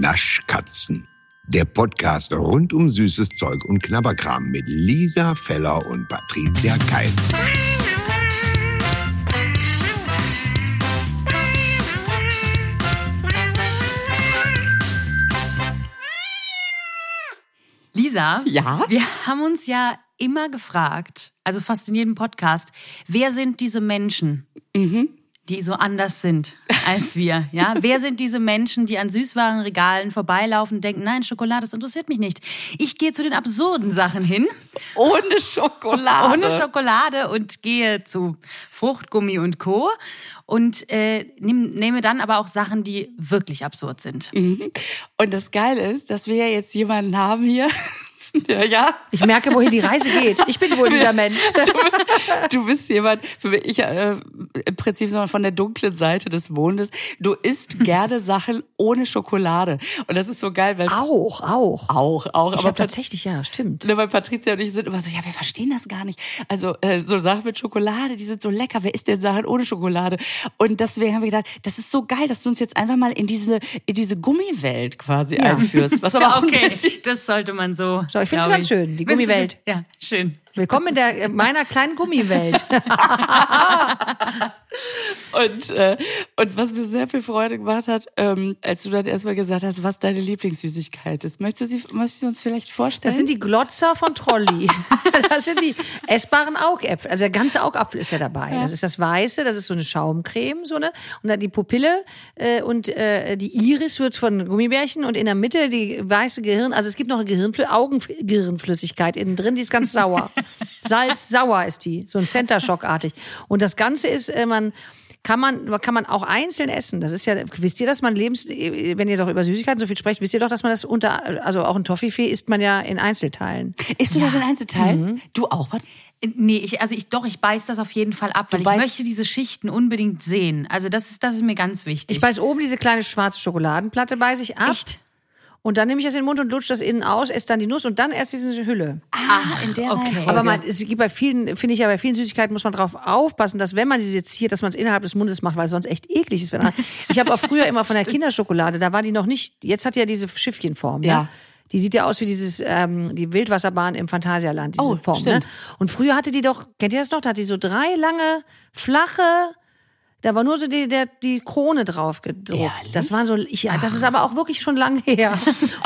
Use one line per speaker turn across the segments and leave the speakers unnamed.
Naschkatzen. Der Podcast rund um süßes Zeug und Knabberkram mit Lisa Feller und Patricia Keil.
Lisa,
Ja?
wir haben uns ja immer gefragt, also fast in jedem Podcast, wer sind diese Menschen,
Mhm.
die so anders sind als wir? Ja, wer sind diese Menschen, die an Süßwarenregalen vorbeilaufen, denken, nein, Schokolade, das interessiert mich nicht. Ich gehe zu den absurden Sachen hin,
Ohne Schokolade.
ohne Schokolade und gehe zu Fruchtgummi und Co. Und äh, nehm, nehme dann aber auch Sachen, die wirklich absurd sind.
Mhm.
Und das Geile ist, dass wir ja jetzt jemanden haben hier. Ja, ja.
Ich merke, wohin die Reise geht. Ich bin wohl dieser Mensch.
Du bist jemand, für mich, ich, äh, im Prinzip sondern von der dunklen Seite des Mondes. Du isst gerne Sachen ohne Schokolade. Und das ist so geil, weil
Auch, auch.
auch, auch.
Ich
aber
habe tatsächlich, ja, stimmt.
Ne, weil Patricia und ich sind immer so, ja, wir verstehen das gar nicht. Also äh, so Sachen mit Schokolade, die sind so lecker. Wer isst denn Sachen ohne Schokolade? Und deswegen haben wir gedacht, das ist so geil, dass du uns jetzt einfach mal in diese in diese Gummiwelt quasi einführst. Was aber auch ein
Okay,
bisschen,
das sollte man so.
So, ich find's
glaub
ganz schön, die
Findest du
Gummiwelt.
schön? Ja, schön.
Willkommen in der, äh, meiner kleinen Gummiwelt.
und äh, und was mir sehr viel Freude gemacht hat, ähm, als du dann erstmal gesagt hast, was deine Lieblingssüßigkeit ist. Möchtest du sie möchtest du uns vielleicht vorstellen?
Das sind die Glotzer von Trolli. Das sind die essbaren Augäpfel. Also der ganze Augapfel ist ja dabei. Das ist das Weiße, das ist so eine Schaumcreme, so eine. Und dann die Pupille äh, und äh, die Iris wird von Gummibärchen und in der Mitte die weiße Gehirn. Also es gibt noch eine Gehirnfl Augengehirnflüssigkeit innen drin, die ist ganz sauer. Salz sauer ist die, so ein Center Shock-artig. Und das Ganze ist, äh, man kann man, kann man auch einzeln essen. Das ist ja, wisst ihr, dass man Lebens, wenn ihr doch über Süßigkeiten so viel sprecht, wisst ihr doch, dass man das unter, also auch ein Toffifee isst man ja in Einzelteilen.
Isst du das in Einzelteilen?
Mhm.
Du auch, was?
Nee, ich, also ich doch, ich beiß das auf jeden Fall ab, weil ich
beißt-
möchte diese Schichten unbedingt sehen. Also das ist, das ist mir ganz wichtig.
Ich beiß oben diese kleine schwarze Schokoladenplatte beiß ich ab.
Echt?
Und dann nehme ich das in den Mund und lutsche das innen aus, esse dann die Nuss und dann erst diese Hülle.
Ach, Ah, in der
okay.
Reihenfolge.
Aber man, es gibt bei vielen, finde ich ja, bei vielen Süßigkeiten muss man drauf aufpassen, dass wenn man diese jetzt hier, dass man es innerhalb des Mundes macht, weil es sonst echt eklig ist. Wenn man, ich habe auch früher immer von der Kinderschokolade, da war die noch nicht, jetzt hat die ja diese Schiffchenform.
Ja.
Ne? Die sieht ja aus wie dieses, ähm, die Wildwasserbahn im Phantasialand, diese
Oh,
Form. Ne?
stimmt.
Und früher hatte die doch, kennt ihr das noch, da hat die so drei lange, flache, da war nur so die, der, die Krone drauf gedruckt.
Ehrlich?
Das waren so, ich, ja, das ist aber auch wirklich schon lang her.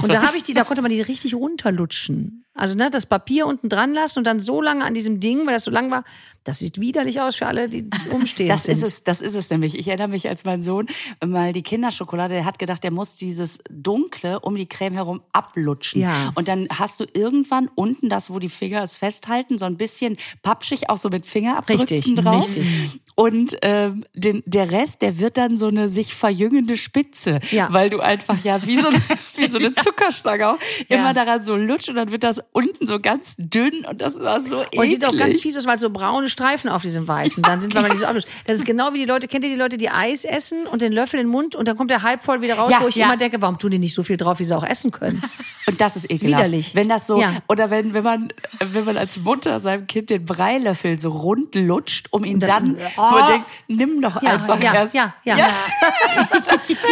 Und da habe ich die, da konnte man die richtig runterlutschen. Also ne, das Papier unten dran lassen und dann so lange an diesem Ding, weil das so lang war, das sieht widerlich aus für alle, die umstehen.
Das
sind.
ist es, das ist es nämlich. Ich erinnere mich, als mein Sohn mal die Kinderschokolade, der hat gedacht, der muss dieses Dunkle um die Creme herum ablutschen.
Ja.
Und dann hast du irgendwann unten das, wo die Finger es festhalten, so ein bisschen papschig, auch so mit Fingerabdrücken
Richtig,
drauf.
richtig.
Und ähm, den, der Rest, der wird dann so eine sich verjüngende Spitze,
Ja.
weil du einfach ja wie so, eine- wie so eine Zuckerstange auch immer
Ja.
daran so lutscht und dann wird das unten so ganz dünn und das war so eklig.
Und sieht auch ganz fies aus, weil so braune Streifen auf diesem Weißen. Dann sind wir mal so ablos. Das ist genau wie die Leute, kennt ihr die Leute, die Eis essen und den Löffel in den Mund und dann kommt der halb voll wieder raus,
Ja,
wo ich
ja.
immer denke, warum tun die nicht so viel drauf, wie sie auch essen können?
Und das ist ekelhaft.
widerlich.
Wenn das so,
Ja.
oder wenn, wenn man, wenn man als Mutter seinem Kind den Breilöffel so rund lutscht, um ihn dann,
dann- ah.
wo man denkt, nimm doch
Ja,
einfach
ja,
erst.
ja, ja.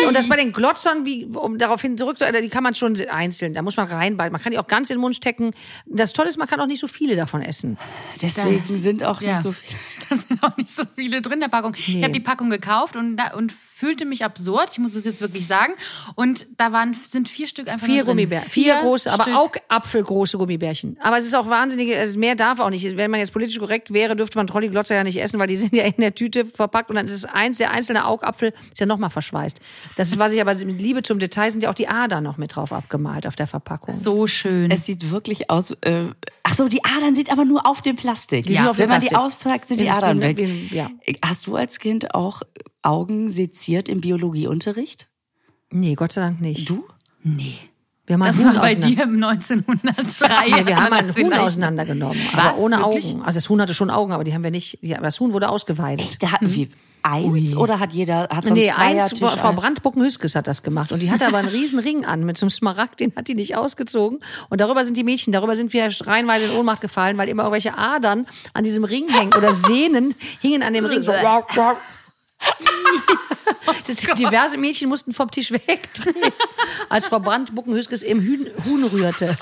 Und das bei den Glotzern, wie, um darauf hin zurück, die kann man schon einzeln, da muss man reinbeißen. Man kann die auch ganz in den Mund stecken. Das Tolle ist, man kann auch nicht so viele davon essen.
Deswegen sind auch nicht
Ja.
so viele.
Da sind auch nicht so viele drin in der Packung. Ich habe die Packung gekauft und, da- und fühlte mich absurd, ich muss es jetzt wirklich sagen. Und da waren, sind vier Stück einfach
Vier
nur drin.
Gummibärchen, vier, große,
Stück.
aber auch apfelgroße Gummibärchen. Aber es ist auch wahnsinnig, also mehr darf auch nicht. Wenn man jetzt politisch korrekt wäre, dürfte man Trolli Glotzer ja nicht essen, weil die sind ja in der Tüte verpackt und dann ist es eins, der einzelne Augapfel ist ja nochmal verschweißt. Das ist, was ich aber mit Liebe zum Detail sind ja auch die Adern noch mit drauf abgemalt auf der Verpackung.
So schön.
Es sieht wirklich aus, äh, ach so, die Adern sind aber nur auf dem Plastik.
sind nur auf dem
wenn man die
Plastik.
auspackt, sind die
Es ist wie
Adern
ein-
weg.
wie ein- ja.
Hast du als Kind auch Augen seziert im Biologieunterricht?
Nee, Gott sei Dank nicht.
Du?
nee.
Wir haben mal
Das
einen
war
Huhn
bei
auseinander-
dir im 1903.
Nee, wir
hat
haben
man
ein
das
Huhn
vielleicht-
auseinandergenommen,
Was?
aber ohne
Wirklich?
Augen. Also das Huhn hatte schon Augen, aber die haben wir nicht. Die, das Huhn wurde ausgeweidet.
Da hatten wir eins oder hat jeder, hat so ein
Hm. Nee, eins,
Zweiertisch?
Frau Brandbucken-Hüskes hat das gemacht. Und die hatte aber einen riesen Ring an mit so einem Smaragd, den hat die nicht ausgezogen. Und darüber sind die Mädchen, darüber sind wir reihenweise in Ohnmacht gefallen, weil immer irgendwelche Adern an diesem Ring hängen oder Sehnen hingen an dem Ring. So. Das,
Oh
diverse Mädchen mussten vom Tisch wegdrehen, als Frau Brandt Buckenhüskes im Hühn, Huhn rührte.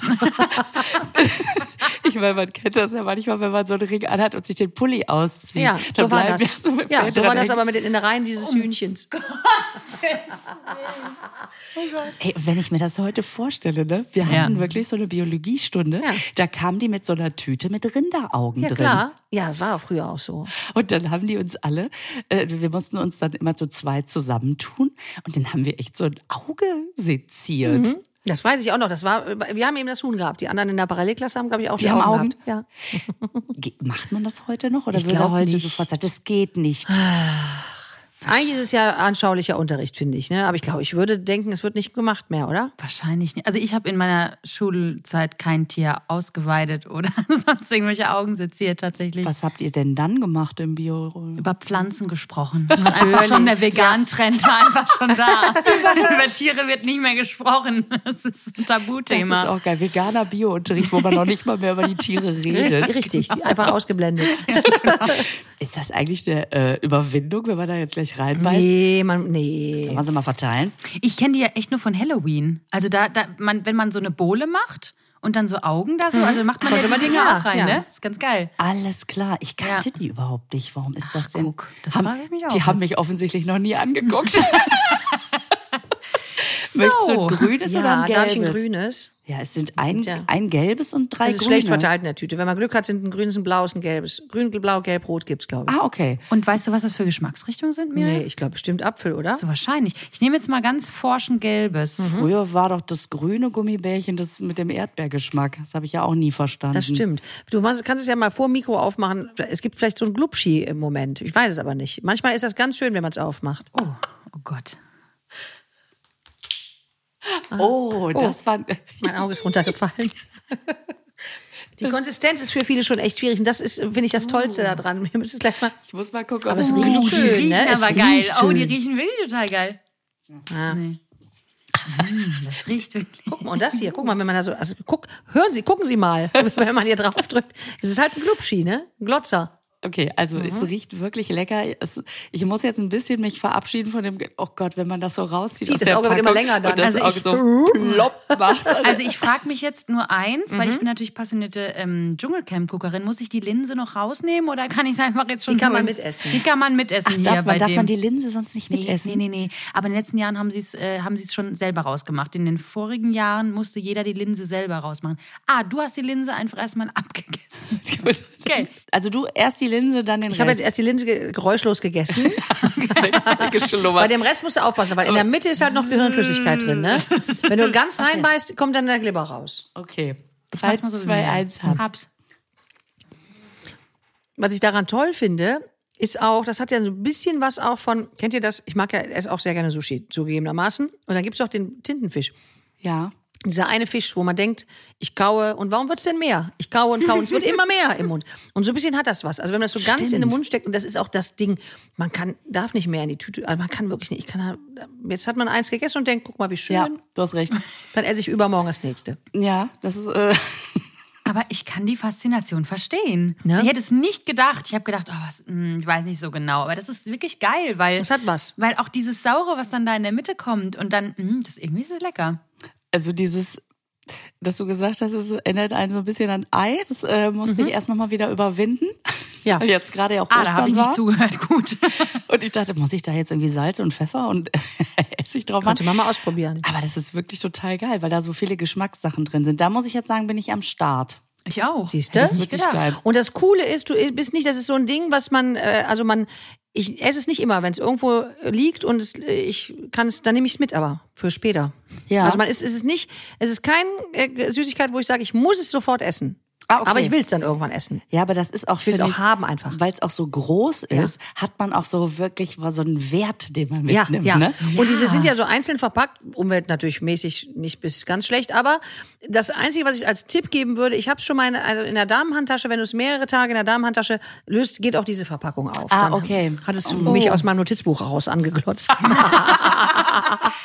Ich meine, man kennt das ja manchmal, wenn man so einen Ring anhat und sich den Pulli auszieht.
Ja,
dann
so war
bleiben Um
das.
Ja, so mit
ja, so
Federn
war das
hängen.
aber mit den Innereien dieses Hühnchens.
Ey, wenn ich mir das heute vorstelle, ne? wir
Ja.
hatten wirklich so eine Biologiestunde,
Ja.
da kamen die mit so einer Tüte mit Rinderaugen
Ja,
drin.
klar. Ja, war früher auch so.
Und dann haben die uns alle, äh, wir mussten uns dann immer zu zweit zusammentun und dann haben wir echt so ein Auge seziert.
Das weiß ich auch noch. Das war, wir haben eben das Huhn gehabt. Die anderen in der Parallelklasse haben, glaube ich, auch
Die
schon
haben
Augen,
Augen?
gehabt. Ja.
Ge- Macht man das heute noch oder
Ich
würde
glaub
heute
nicht. Ah.
sofort sagen, das geht nicht?
Eigentlich ist es ja anschaulicher Unterricht, finde ich. Ne? Aber ich glaube, ich würde denken, es wird nicht gemacht mehr, oder?
Wahrscheinlich nicht. Also ich habe in meiner Schulzeit kein Tier ausgeweidet oder sonst irgendwelche Augen seziert tatsächlich.
Was habt ihr denn dann gemacht im Bio?
Über Pflanzen gesprochen. Mhm. Das ist einfach schon der Vegan-Trend da, einfach schon da. Über Tiere wird nicht mehr gesprochen. Das ist ein Tabuthema.
Das ist auch geil. Veganer Biounterricht, wo man noch nicht mal mehr über die Tiere redet.
Richtig, einfach ausgeblendet.
Ist das eigentlich eine äh, Überwindung, wenn man da jetzt gleich reinbeißt?
Nee, man, nee.
Sollen wir sie mal verteilen?
Ich kenne die ja echt nur von Halloween. Also da, da man, wenn man so eine Bohle macht und dann so Augen da so, also macht man ja
Konnte
die
man die-
Dinge
ja,
auch rein,
ja.
ne? Ist ganz geil.
Alles klar, ich kannte
Ja.
die überhaupt nicht. Warum ist das denn?
guck, das
haben,
frage ich mich auch
Die haben
jetzt.
mich offensichtlich noch nie angeguckt. Möchtest du ein grünes
ja,
oder ein
da habe ich ein
gelbes?
grünes.
Ja, es sind ein,
Ja.
ein gelbes und drei
Das ist
grüne.
schlecht verteilt in der Tüte. Wenn man Glück hat, sind ein grünes, ein blaues, ein gelbes. Grün, blau, gelb, rot gibt's, glaube ich.
Ah, okay.
Und weißt du, was das für Geschmacksrichtungen sind,
Ah,
Miriam?
Nee, ich glaube bestimmt Apfel, oder?
So wahrscheinlich. Ich nehme jetzt mal ganz forschen Gelbes.
Früher war doch das grüne Gummibärchen das mit dem Erdbeergeschmack. Das habe ich ja auch nie verstanden.
Das stimmt. Du machst, kannst es ja mal vor dem Mikro aufmachen. Es gibt vielleicht so einen Glubschi im Moment. Ich weiß es aber nicht. Manchmal ist das ganz schön, wenn man es aufmacht.
Oh, oh Gott.
Oh, das war.
Mein Auge ist runtergefallen. Die Konsistenz ist für viele schon echt schwierig. Und das ist, finde ich, das Tollste daran. Wir müssen es gleich mal.
Ich muss mal gucken, ob
Aber es riecht
Oh,
schön,
die riechen
ne? Es
aber geil.
riecht
Oh, die
schön.
riechen wirklich total geil. Nee. Mm, das riecht wirklich.
Guck mal, und das hier, guck mal, wenn man da so, also guck, hören Sie, gucken Sie mal, wenn man hier drauf drückt. Es ist halt ein Glubschi, ne? Ein Glotzer.
Okay, also
Mhm.
es riecht wirklich lecker. Es, ich muss jetzt ein bisschen mich verabschieden von dem. Ge- Oh Gott, wenn man das so rauszieht.
Zieht,
aus
das
der
Auge wird immer
Packung
länger dann.
Und das
Also
Auge
ich-
so plopp macht.
Also ich frage mich jetzt nur eins, weil
Mhm.
ich bin natürlich passionierte ähm, Dschungelcamp-Guckerin. Muss ich die Linse noch rausnehmen oder kann ich es einfach jetzt schon
Die kann
so
man
ins-
mitessen.
Die kann man mitessen hier
darf
bei
man, darf
dem.
man die Linse sonst nicht mitessen?
Nee, nee, nee. Aber in den letzten Jahren haben sie äh, haben es schon selber rausgemacht. In den vorigen Jahren musste jeder die Linse selber rausmachen. Ah, du hast die Linse einfach erstmal abgegessen.
Gut.
Okay.
Also du erst die Linse, dann den
Ich habe
Rest.
jetzt erst die Linse ge- geräuschlos gegessen.
jetzt
Bei
geschlummert.
dem Rest musst du aufpassen, weil in der Mitte ist halt noch Gehirnflüssigkeit drin, ne? Wenn du ganz reinbeißt, kommt dann der Glibber raus.
Okay.
Mach's
3,
mal so, wie
2,
man-
1, hab's.
hab's.
Was ich daran toll finde, ist auch, das hat ja so ein bisschen was auch von, kennt ihr das? Ich mag ja es auch sehr gerne Sushi, zugegebenermaßen. Und dann gibt's auch den Tintenfisch.
Ja.
Dieser eine Fisch, wo man denkt, ich kaue und warum wird's denn mehr? Ich kaue und kaue und es wird immer mehr im Mund. Und so ein bisschen hat das was. Also wenn man das so ganz in den Mund steckt, und das ist auch das Ding, man kann, darf nicht mehr in die Tüte, also man kann wirklich nicht, ich kann, halt- jetzt hat man eins gegessen und denkt, guck mal, wie schön.
Ja, du hast recht.
Dann esse ich übermorgen das nächste.
Ja, das ist. Äh,
Aber ich kann die Faszination verstehen.
Ne?
Ich hätte es nicht gedacht. Ich habe gedacht, oh, was, hm, ich weiß nicht so genau. Aber das ist wirklich geil, weil.
Das hat was.
Weil auch dieses Saure, was dann da in der Mitte kommt und dann, hm, das irgendwie ist es lecker.
also dieses, dass du gesagt hast, es erinnert einen so ein bisschen an Ei. Das äh, musste ich erst nochmal wieder überwinden.
Mhm. Ja.
Weil jetzt gerade ja auch
Ah, da habe
Ostern
ich
war.
nicht zugehört. Gut.
Und ich dachte, muss ich da jetzt irgendwie Salz und Pfeffer und Essig drauf
Könnte
machen?
man mal ausprobieren.
Aber das ist wirklich total geil, weil da so viele Geschmackssachen drin sind. Da muss ich jetzt sagen, bin ich am Start.
Ich auch.
Siehst du?
Hätte ich
Das ist
nicht
wirklich
gedacht.
geil.
Und das Coole ist, du bist nicht, das ist so ein Ding, was man, äh, also man, ich esse es nicht immer, wenn es irgendwo liegt und es, äh, ich kann es, dann nehme ich es mit, aber für später.
Ja.
Also man ist, ist es ist nicht, es ist keine äh, Süßigkeit, wo ich sage, ich muss es sofort essen.
Ah, okay.
Aber ich will es dann irgendwann essen.
Ja, aber das ist auch
will's
finde
auch haben einfach.
Weil es auch so groß ist, hat man auch so wirklich was- so einen Wert, den man
Ja,
mitnimmt.
ja.
Ne?
Und diese sind ja so einzeln verpackt, Umwelt natürlich mäßig nicht bis ganz schlecht, aber das Einzige, was ich als Tipp geben würde, ich habe es schon mal in, also in der Damenhandtasche, wenn du es mehrere Tage in der Damenhandtasche löst, geht auch diese Verpackung auf.
Ah, okay.
Hat es mich aus meinem Notizbuch heraus angeglotzt.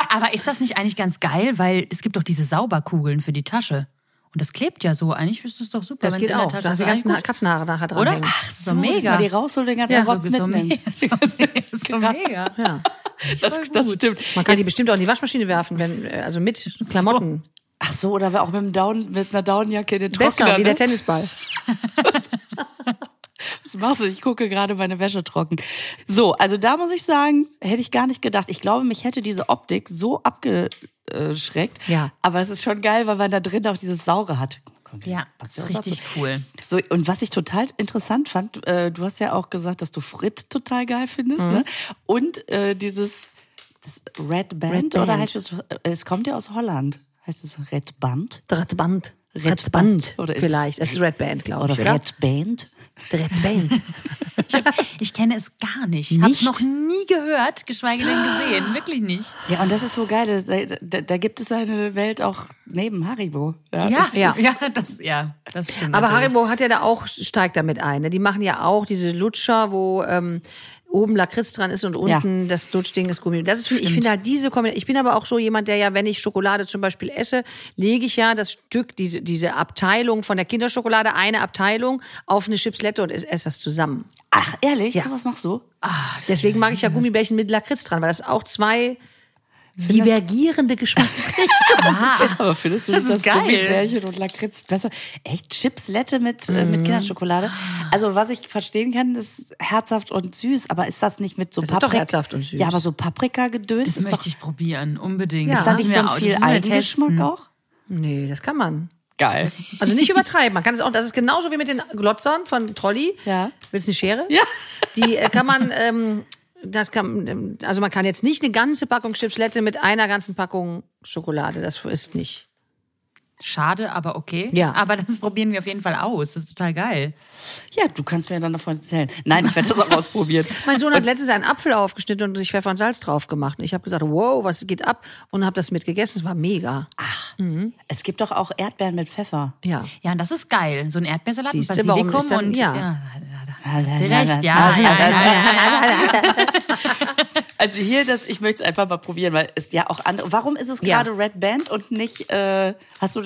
Aber ist das nicht eigentlich ganz geil? Weil es gibt doch diese Sauberkugeln für die Tasche. Und das klebt ja so. Eigentlich ist es doch super.
Das
wenn's
geht
in der
auch.
Tasche
Da
ist.
hast du die ganzen
Eigentlich
Ha- Katzenhaare nachher dran.
Oder?
Hängen.
Ach, so,
so, Dass
mega.
man die rausholt und den ganzen
ja,
Rotz
so, so,
mitnimmt.
mega. so mega.
Ja.
Das, das
gut.
stimmt.
Man kann die bestimmt auch in die Waschmaschine werfen, wenn, äh, also mit Klamotten.
Ach so, oder auch mit, dem Down, mit einer Downjacke in den
Besser,
Trockner.
wie der
Ne?
Tennisball.
Was machst du? Ich gucke gerade meine Wäsche trocken. So, also da muss ich sagen, hätte ich gar nicht gedacht. Ich glaube, mich hätte diese Optik so abgeschreckt.
Ja.
Aber es ist schon geil, weil man da drin auch dieses Saure hat.
Ja, das
Passt
ist
auch
richtig
dazu.
cool.
So, und was ich total interessant fand, äh, du hast ja auch gesagt, dass du Frit total geil findest,
Mhm.
ne? Und äh, dieses das Red Band,
Red
oder
Band.
heißt es, es kommt ja aus Holland. Heißt es Red Band?
Red Band.
Red
Red Band.
Oder ist-
vielleicht. Das ist Red Band, glaube
Oder
ich. oder?
Red Band?
Red Band.
Ich, hab, ich kenne es gar nicht. Ich habe es
Nicht?
noch nie gehört, geschweige denn gesehen. Wirklich nicht.
Ja, und das ist so geil. das- äh, Da, da gibt es eine Welt auch neben Haribo.
Ja,
es-
ja,
ja.
ja, das, ja, das stimmt.
Aber
natürlich.
Haribo hat ja da auch, steigt damit ein. Ne? Die machen ja auch diese Lutscher, wo ähm, oben Lakritz dran ist und unten das Lutschding ist Gummi. Das ist, ich finde halt diese Kombination. Ich bin aber auch so jemand, der ja, wenn ich Schokolade zum Beispiel esse, lege ich ja das Stück, diese, diese Abteilung von der Kinderschokolade, eine Abteilung auf eine Chipslette und esse esse das zusammen.
Ach, ehrlich? Sowas machst du?
Deswegen mag ich Ah, ja Gummibärchen mit Lakritz dran, weil das auch zwei divergierende Geschmacksrichtungen sind.
Aber findest du das,
Ah. ist
das
geil.
Gummibärchen und Lakritz besser? Echt Chipslette mit, äh,
Mhm.
mit Kinderschokolade? Also was ich verstehen kann, ist herzhaft und süß, aber ist das nicht mit so
Das ist
Paprika?
doch herzhaft und süß.
Ja, aber so Paprika-Gedöns
Das
ist
möchte
doch...
ich probieren, unbedingt.
Ja.
Das
Ist da
müssen wir
nicht so ein
auch- das
viel
müssen wir testen.
Eigengeschmack auch?
Nee, das kann man.
Geil.
Also nicht übertreiben. Man kann es auch, das ist genauso wie mit den Glotzern von Trolli.
Ja.
Willst du eine Schere? Ja. Die äh, kann man, ähm, das kann, ähm, also man kann jetzt nicht eine ganze Packung Chipslette mit einer ganzen Packung Schokolade. Das ist nicht.
Schade, aber okay.
Ja.
Aber das probieren wir auf jeden Fall aus. Das ist total geil.
Ja, du kannst mir ja dann davon erzählen. Nein, ich werde das auch ausprobieren.
Mein Sohn hat letztens einen Apfel aufgeschnitten und sich Pfeffer und Salz drauf gemacht. Und ich habe gesagt, wow, was geht ab? Und habe das mitgegessen. Es war mega.
Es gibt doch auch Erdbeeren mit Pepper.
Ja.
Ja, und das ist geil. So ein Erdbeersalat mit
Siehst du, warum
Basilikum
ist dann-
und
ja.
ja, hast du recht, ja, ja, ja, ja, ja.
Also hier, das, ich möchte es einfach mal probieren, weil es ja auch andere. Warum ist es
Ja.
gerade Red Band und nicht, äh, hast du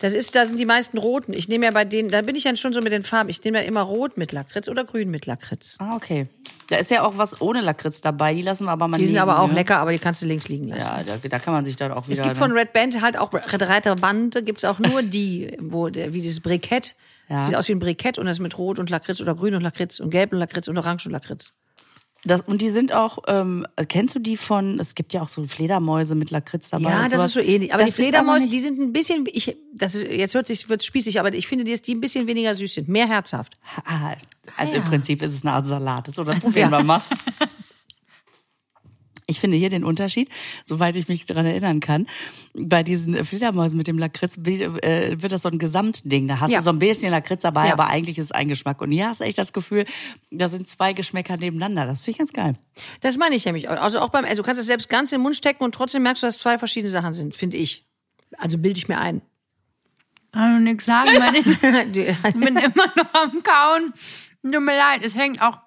Das ist, da sind die meisten roten. Ich nehme ja bei denen, da bin ich dann schon so mit den Farben. Ich nehme ja immer rot mit Lakritz oder grün mit Lakritz.
Ah, okay. Da ist ja auch was ohne Lakritz dabei. Die lassen wir aber mal
Die sind
liegen,
aber auch
ne?
lecker, aber die kannst du links liegen lassen.
Ja, da, da kann man sich dann auch wieder.
Es gibt von Red Band halt auch Red Reiter Band, gibt es auch nur die, wo der, wie dieses Brikett. Das sieht aus wie ein Brikett und das mit Rot und Lakritz oder Grün und Lakritz und Gelb und Lakritz und Orange und Lakritz.
das, und die sind auch, ähm, kennst du die von, es gibt ja auch so Fledermäuse mit Lakritz dabei.
Ja,
und
das
sowas.
ist so ähnlich. Aber
Das
die
ist
Fledermäuse,
nicht-
die sind ein bisschen, ich, das ist, jetzt hört sich, wird's spießig, aber ich finde, die, die ein bisschen weniger süß sind, mehr herzhaft.
Ah, also
ja.
im Prinzip ist es eine Art Salat. Das oder probieren
Ja.
wir mal. Ich finde hier den Unterschied, soweit ich mich daran erinnern kann, bei diesen Fledermäusen mit dem Lakritz äh, wird das so ein Gesamtding. Da hast
Ja.
du so ein bisschen Lakritz dabei,
Ja.
aber eigentlich ist es ein Geschmack. Und hier hast du echt das Gefühl, da sind zwei Geschmäcker nebeneinander. Das finde ich ganz geil.
Das meine ich nämlich. Also auch beim, also du kannst es selbst ganz in den Mund stecken und trotzdem merkst du, dass es zwei verschiedene Sachen sind, finde ich. Also bilde ich mir ein.
Kann ich nichts sagen, meine, ich
Die- halt
bin immer noch am Kauen. Tut mir leid, es hängt auch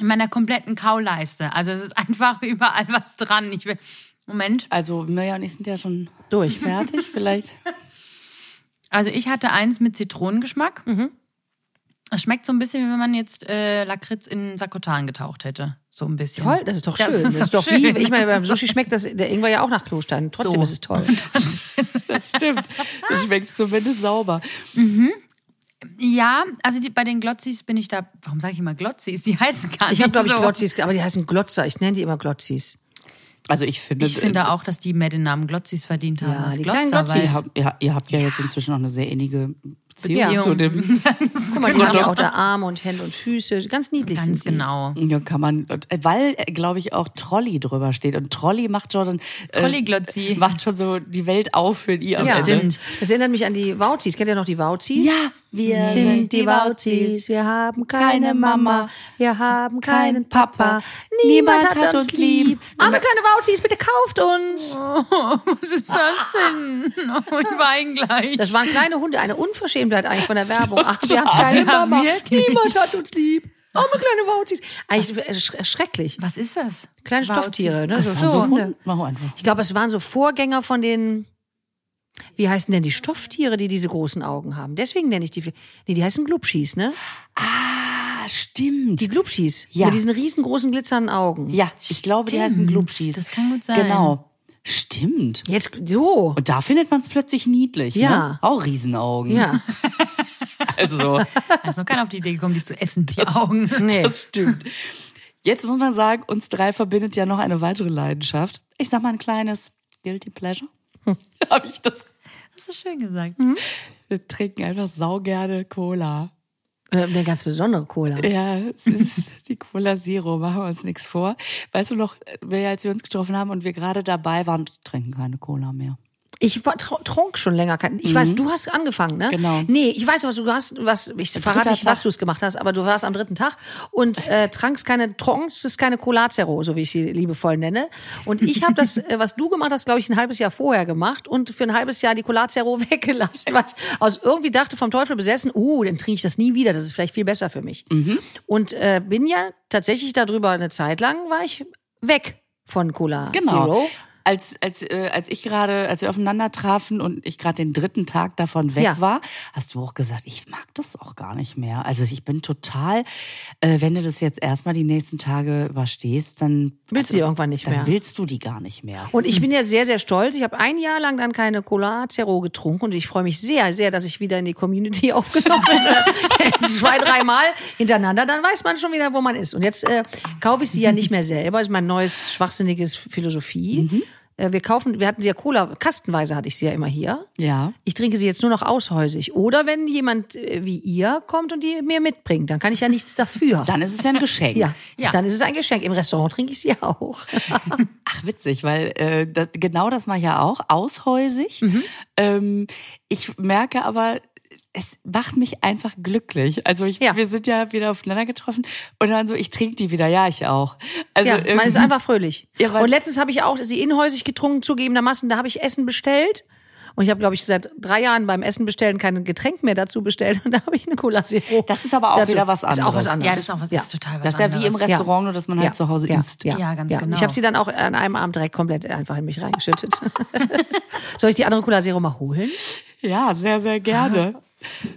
in meiner kompletten Kauleiste. Also es ist einfach überall was dran. Ich will, Moment.
Also Mirja und ich sind ja schon
Durch.
fertig vielleicht.
Also ich hatte eins mit Zitronengeschmack.
Mhm.
Es schmeckt so ein bisschen, wie wenn man jetzt äh, Lakritz in Sakrotan getaucht hätte. So ein bisschen.
Toll, das ist doch schön. Das ist, doch,
schön.
wie, ich meine, beim Sushi schmeckt das, der Ingwer ja auch nach Klostein. Trotzdem
So.
ist es toll.
Das stimmt. Das schmeckt zumindest sauber.
Ja, also die, bei den Glotzis bin ich da. Warum sage ich immer Glotzis? Die heißen gar nicht.
Ich habe, glaube ich,
so.
Glotzis, aber die heißen Glotzer. Ich nenne die immer Glotzis.
Also ich finde,
Ich finde auch, dass die mehr den Namen Glotzis verdient haben.
äh, Ja,
als
die kleinen
Glotzer, weil-
ihr,
Glotzis.
habt, ihr, ihr habt ja jetzt inzwischen auch eine sehr innige Beziehung
Ja.
zu dem
Guck mal, die haben ja auch da Arme und Hände und Füße. Genau. Ganz niedlich
genau Ganz
sind die.
genau.
Ja, kann man, und, äh, weil, glaube ich, auch Trolli drüber steht. Und Trolli macht schon, dann, äh,
Trolli-Glotzi.
macht schon so die Welt auf für ihr. am
Ja.
Ende.
Stimmt.
Das erinnert mich an die Wauzis. Kennt ihr noch die Wauzis?
Ja, wir
Sind Äh, die Wauzis, wir haben keine Mama, wir haben keinen Papa, niemand hat uns lieb. Arme kleine Wauzis, bitte kauft uns.
Was ist das denn? Oh, ich wein gleich.
Das waren kleine Hunde, eine Unverschämtheit eigentlich von der Werbung. Ach, wir haben keine
Ja,
Mama,
wirklich.
niemand hat uns lieb. Arme kleine Wauzis. Eigentlich äh, sch- schrecklich.
Was ist das?
Kleine
Wauzis.
Stofftiere, ne?
Ach so.
So- so-
Mach einfach.
Ich glaube, es waren so Vorgänger von den Wie heißen denn die Stofftiere, die diese großen Augen haben? Deswegen nenne ich die. Nee, die heißen Glubschis, ne?
Ah, stimmt.
Die Glubschis.
Ja.
Mit diesen riesengroßen glitzernden Augen.
ja, ich glaube, die heißen
Stimmt,
Glubschis.
das kann gut sein.
Genau. Stimmt.
Jetzt so.
Und da findet man es plötzlich niedlich. Ne?
Ja.
Auch Riesenaugen.
Ja.
Also,
Da ist noch keiner auf die Idee gekommen, die zu essen, die Augen.
Nee.
das stimmt. Jetzt muss man sagen, uns drei verbindet ja noch eine weitere Leidenschaft. Ich sag mal ein kleines Guilty Pleasure.
Hm.
Habe ich das?
Das ist schön gesagt.
Wir trinken einfach saugerne Cola.
Äh, Eine ganz besondere Cola.
Ja, es ist die Cola Zero, machen wir uns nichts vor. Weißt du noch, wer- als wir uns getroffen haben und wir gerade dabei waren, trinken keine Cola mehr.
Ich war, tr- trunk schon länger kein. Ich weiß, du hast angefangen, ne?
Mhm. Genau.
Nee, ich weiß, was du hast, was ich verrate
dritter
nicht, was
Tag.
du es gemacht hast, aber du warst am dritten Tag und äh, trankst keine trunkst keine Colazero, so wie ich sie liebevoll nenne. Und ich habe das, äh, was du gemacht hast, glaube ich, ein halbes Jahr vorher gemacht und für ein halbes Jahr die Colazero weggelassen, weil ich aus irgendwie dachte vom Teufel besessen, uh, dann trinke ich das nie wieder. Das ist vielleicht viel besser für mich.
Mhm.
Und äh, bin ja tatsächlich darüber eine Zeit lang war ich weg von Cola Zero.
Genau. Als, als, äh, als ich gerade, als wir aufeinander trafen und ich gerade den dritten Tag davon weg
Ja.
war, hast du auch gesagt, ich mag das auch gar nicht mehr. Also ich bin total, äh, wenn du das jetzt erstmal die nächsten Tage überstehst, dann,
Willst du die irgendwann nicht
Also, dann
mehr?
willst du die gar nicht mehr.
Und ich bin ja sehr, sehr stolz. Ich habe ein Jahr lang dann keine Cola Zero getrunken und ich freue mich sehr, sehr, dass ich wieder in die Community aufgenommen bin. Zwei, dreimal hintereinander, dann weiß man schon wieder, wo man ist. Und jetzt äh, kaufe ich sie ja nicht mehr selber. Das ist mein neues schwachsinniges Philosophie. Äh, wir kaufen, wir hatten sie ja Cola, kastenweise hatte ich sie ja immer hier.
Ja.
Ich trinke sie jetzt nur noch aushäusig. Oder wenn jemand äh, wie ihr kommt und die mir mitbringt, dann kann ich ja nichts dafür.
Dann ist es ja ein Geschenk.
ja,
Ja.
dann ist es ein Geschenk. Im Restaurant trinke ich sie auch.
Ach, witzig, weil äh, da, genau das mache ich ja auch, aushäusig.
Mhm.
Ähm, ich merke aber, es macht mich einfach glücklich. Also ich,
Ja.
wir sind ja wieder aufeinander getroffen und dann so, ich trinke die wieder, ja, ich auch. Also
ja, man ist
irgendwie-
einfach fröhlich.
Ja, weil-
und letztens habe ich auch sie inhäusig getrunken, zugegebenermaßen, da habe ich Essen bestellt. Und ich habe, glaube ich, seit drei Jahren beim Essen bestellen kein Getränk mehr dazu bestellt. Und da habe ich eine Cola Zero.
Das ist aber auch
dazu.
wieder was
Ist auch
anderes.
was
Ja,
anderes.
das ist auch was, das ist total was
das ist ja wie im
anderes.
Ja.
Restaurant, nur dass man halt zu Hause
ja,
isst.
Ja,
Ja, ganz genau.
Ich habe sie dann auch an einem Abend direkt komplett einfach in mich reingeschüttet. Soll ich die andere Cola Zero mal holen?
Ja, sehr, sehr gerne.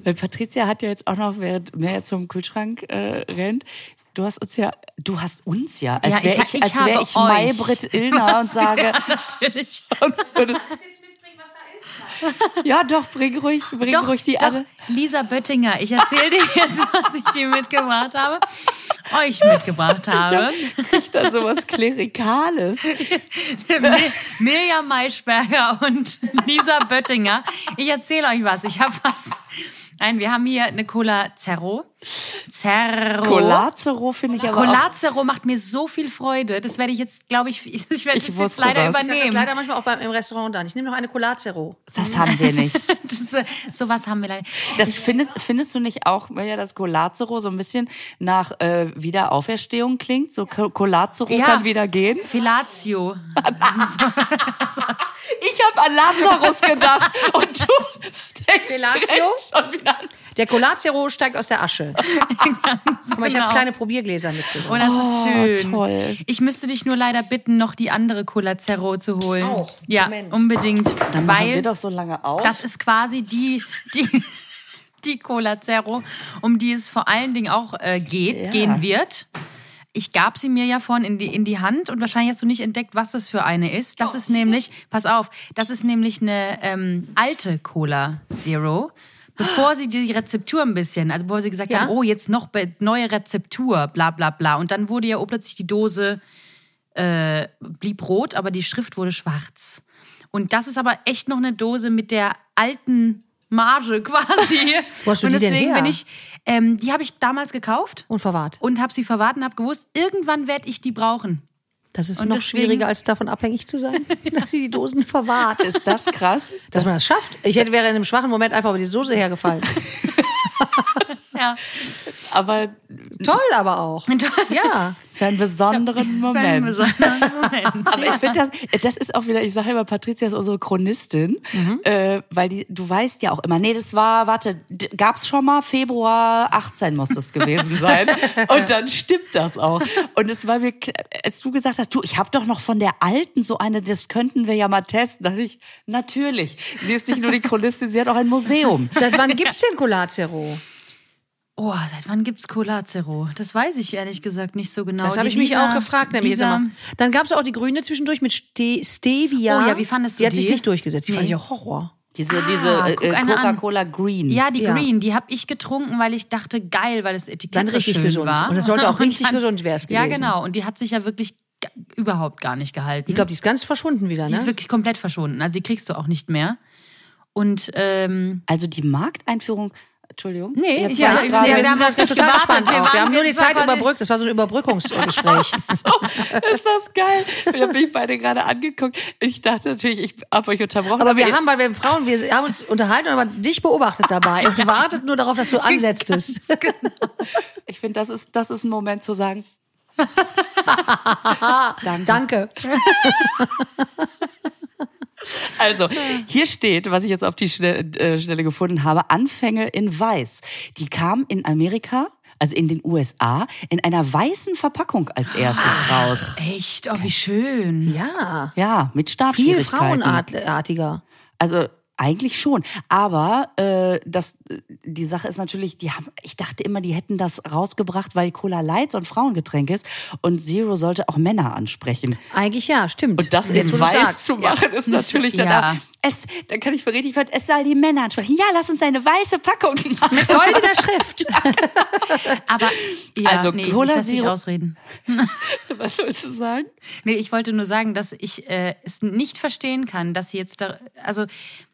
Weil Patricia hat ja jetzt auch noch, während mehr zum Kühlschrank äh, rennt, du hast uns ja, du hast uns ja, als
Ja,
wäre
ich ha-
ich,
ich
als wär
habe
ich
euch.
Maybrit Illner und sage,
Natürlich.
ja doch, bring ruhig, bring ruhig die
doch,
alle.
Lisa Böttinger, ich erzähle dir jetzt, was ich dir mitgebracht habe. Euch mitgebracht habe.
Kriegt da sowas Klerikales.
Mir- Mirja Maischberger und Lisa Böttinger. Ich erzähle euch was. Ich habe was. Nein, wir haben hier eine Cola Zerro. Zerro.
Colazero finde ich aber auch.
Colazero macht mir so viel Freude. Das werde ich jetzt, glaube ich, ich werde das
Ich
jetzt
wusste
leider
das.
Ich habe das
übernehmen.
leider manchmal auch beim, im Restaurant dann. Ich nehme noch eine Cola Zero.
Das haben wir nicht.
Das, äh, sowas haben wir leider.
Das findest, findest du nicht auch, weil ja das Colazero so ein bisschen nach äh, Wiederauferstehung klingt? So Co- Colazero
Ja.
kann wieder gehen.
Felatio.
Ich habe an Lazarus gedacht und du denkst
Felatio?
direkt schon wieder an.
Der Cola Zero steigt aus der Asche. Guck mal, ich
genau.
habe kleine Probiergläser mitgebracht.
Und Oh, das
Oh,
ist schön.
toll.
Ich müsste dich nur leider bitten, noch die andere Cola Zerro zu holen.
Auch.
Ja,
Moment.
unbedingt.
Dann machen wir
weil
doch so lange auf.
das ist quasi die, die, die Cola Zero, um die es vor allen Dingen auch äh, geht,
Ja.
gehen wird. Ich gab sie mir ja vorhin in die, in die Hand und wahrscheinlich hast du nicht entdeckt, was das für eine ist. Das ist nämlich, pass auf, das ist nämlich eine ähm, alte Cola Zero. Bevor sie die Rezeptur ein bisschen, also bevor sie gesagt
Ja.
haben, oh, jetzt noch be- neue Rezeptur, bla bla bla. Und dann wurde ja oh, plötzlich die Dose blieb rot, aber die Schrift wurde schwarz. Und das ist aber echt noch eine Dose mit der alten Marge quasi.
Wo hast du
und
die denn
deswegen
her?
bin ich, ähm, die habe ich damals gekauft
Und verwahrt.
und habe sie verwahrt und habe gewusst, irgendwann werde ich die brauchen.
Das ist
Und
noch
deswegen-
schwieriger, als davon abhängig zu sein, dass sie die Dosen verwahrt.
ist das krass?
Dass man das schafft. Ich hätte, wäre in einem schwachen Moment einfach über die Soße hergefallen.
Ja.
aber
Toll aber auch.
Toll.
Ja.
Für einen besonderen
Für einen
Moment.
besonderen Moment.
Aber ich finde das, äh, das ist auch wieder, ich sage immer, Patricia ist unsere Chronistin,
Mhm.
äh, weil die, du weißt ja auch immer, nee, das war, warte, d- gab's schon mal, Februar 18 muss das gewesen sein. Und dann stimmt das auch. Und es war mir, kl- als du gesagt hast, du, ich habe doch noch von der alten so eine, das könnten wir ja mal testen, dachte ich, natürlich. Sie ist nicht nur die Chronistin, sie hat auch ein Museum.
Seit wann gibt's denn Colatero?
Oh, seit wann gibt's Cola Zero? Das weiß ich ehrlich gesagt nicht so genau.
Das habe
Die
ich mich
Lisa-
auch gefragt, nämlich jetzt
Lisa-
immer. Dann gab's auch die Grüne zwischendurch mit Ste Stevia.
Oh ja, wie fandest du
die? hat sich
die?
nicht durchgesetzt. Die fand
Nee.
ich auch Horror.
Diese, diese
Ah,
äh,
guck einer an.
Coca-Cola Green.
Ja, die
Ja.
Green, die habe ich getrunken, weil ich dachte, geil, weil das Etikett
Dann
so
richtig
schön
gesund.
war.
Und das sollte auch
Und
richtig
dann-
gesund wär's
Ja,
gewesen.
genau. Und die hat sich ja wirklich g- überhaupt gar nicht gehalten.
Ich glaube, die ist ganz verschwunden wieder,
die ist
ne?
wirklich komplett verschwunden. Also die kriegst du auch nicht mehr. Und ähm,
Also die Markteinführung, Entschuldigung.
Nee,
jetzt
ja,
war ich
nee,
gerade.
wir
sind
haben
gerade
auf dich
total
gewartet.
gespannt
Wir
drauf. Wir
waren
haben nur die
jetzt zwar
Zeit
bei den-
überbrückt. Das war so ein Überbrückungsgespräch.
Ist das geil? Ich habe mich beide gerade angeguckt. Ich dachte natürlich, ich habe euch unterbrochen.
Aber wir haben, weil wir Frauen, wir haben uns unterhalten, aber dich beobachtet dabei und wartet nur darauf, dass du ansetztest.
ich finde, das ist, das ist ein Moment zu sagen. Danke.
Danke.
Also, hier steht, was ich jetzt auf die Schnelle, äh, Schnelle gefunden habe, Anfänge in Weiß. Die kamen in Amerika, also in den USA, in einer weißen Verpackung als erstes
Ah.
raus.
echt, oh, wie schön.
Ja.
Ja, mit
Viel
Startschwierigkeiten.
frauenartiger.
Also eigentlich schon. Aber äh, das, äh, die Sache ist natürlich, die haben, ich dachte immer, die hätten das rausgebracht, weil Cola Light so ein Frauengetränk ist und Zero sollte auch Männer ansprechen.
Eigentlich ja, stimmt. Mhm.
Und das
Jetzt, wo
in
du
weiß
sagst.
zu machen, ist natürlich dann
Ja.
da. Es, dann kann ich mir richtig hören, es soll die Männer ansprechen. Ja, lass uns eine weiße Packung machen.
Ja. Goldener Schrift.
Aber ja,
Also,
nee,
Cola
ich lass dich
Zero-
ausreden.
Was willst du sagen?
Nee, ich wollte nur sagen, dass ich äh, es nicht verstehen kann, dass sie jetzt da, also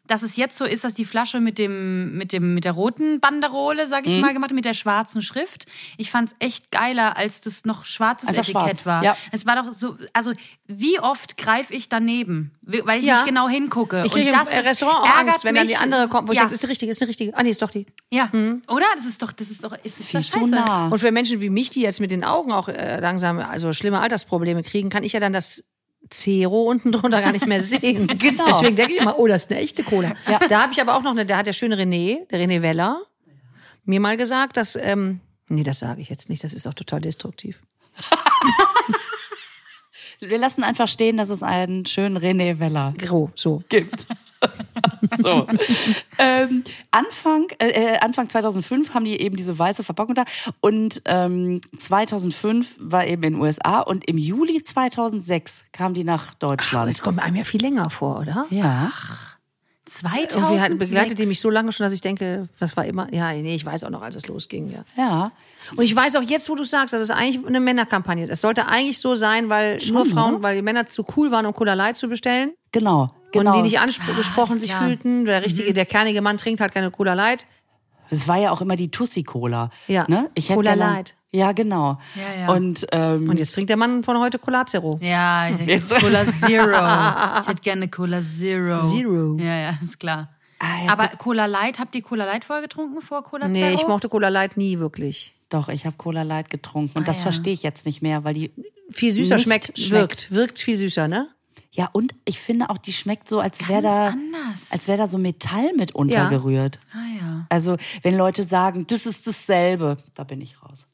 dass es jetzt so ist, dass die Flasche mit dem mit dem mit der roten Banderole, sag
Mhm.
ich mal, gemacht mit der schwarzen Schrift. Ich fand's echt geiler, als das noch schwarzes
Einfach
Etikett
schwarz,
war.
ja.
Es war doch so, also wie oft greife ich daneben, weil ich
Ja.
nicht genau hingucke.
Ich kriege
Und
im
das ist-
Restaurant auch
ärgert
Angst, wenn dann die
mich.
andere kommt, wo ich
ja,
denke, ist hm. die richtige, ist die richtige. Ah, nee, ist doch die.
ja, oder? Das ist doch, das ist doch, ist das
Viel
doch
zu
scheiße.
nah.
Und für Menschen wie mich, die jetzt mit den Augen auch äh, langsam also schlimme Altersprobleme kriegen, kann ich ja dann das Zero unten drunter gar nicht mehr sehen.
Genau.
Deswegen denke ich immer, oh, das ist eine echte Cola. Da habe ich aber auch noch eine, da hat der schöne René, der René Weller, mir mal gesagt, dass, ähm, nee, das sage ich jetzt nicht, das ist auch total destruktiv.
Wir lassen einfach stehen, dass es einen schönen René Weller
Gro, so.
gibt. So. ähm, Anfang, äh, äh, Anfang 2005 haben die eben diese weiße Verpackung da und ähm, 2005 war eben in den USA und im Juli 2006 kam die nach
Aber
Deutschland.
es kommt einem ja viel länger vor, oder?
ja.
Und wir
2006.
hatten begleitet die mich so lange schon, dass ich denke, das war immer, ja, nee, ich weiß auch noch, als es losging, ja.
Ja.
Und ich weiß auch jetzt, wo du sagst, dass es eigentlich eine Männerkampagne ist. Es sollte eigentlich so sein, weil nur Frauen, weil die Männer zu cool waren, um Cola Light zu bestellen.
Genau.
Genau.
Genau.
Und die nicht angesprochen sich fühlten. Der richtige, der kernige Mann trinkt halt keine Cola Light.
Es war ja auch immer die Tussi Cola.
Ja.
Ne? Ich hätte
Cola
gerne-
Light.
Ja, genau.
Ja, ja.
Und, ähm,
Und jetzt trinkt der Mann von heute Cola Zero.
Ja, ich hätte
Jetzt-
Cola Zero. Ich hätte gerne Cola Zero.
Zero.
Ja, ja, ist klar.
Ah, ja,
Aber Cola Light, habt ihr Cola Light vorher getrunken vor Cola Zero?
Nee, ich mochte Cola Light nie wirklich.
doch, ich habe Cola Light getrunken
Ah,
und das
ja.
verstehe ich jetzt nicht mehr, weil die
Viel süßer
Nicht
schmeckt,
schmeckt.
wirkt, wirkt viel süßer, ne?
Ja, und ich finde auch, die schmeckt so, als wäre da,
anders.
als wäre da so Metall mit untergerührt.
Ah ja.
Also, wenn Leute sagen, das ist dasselbe, da bin ich raus.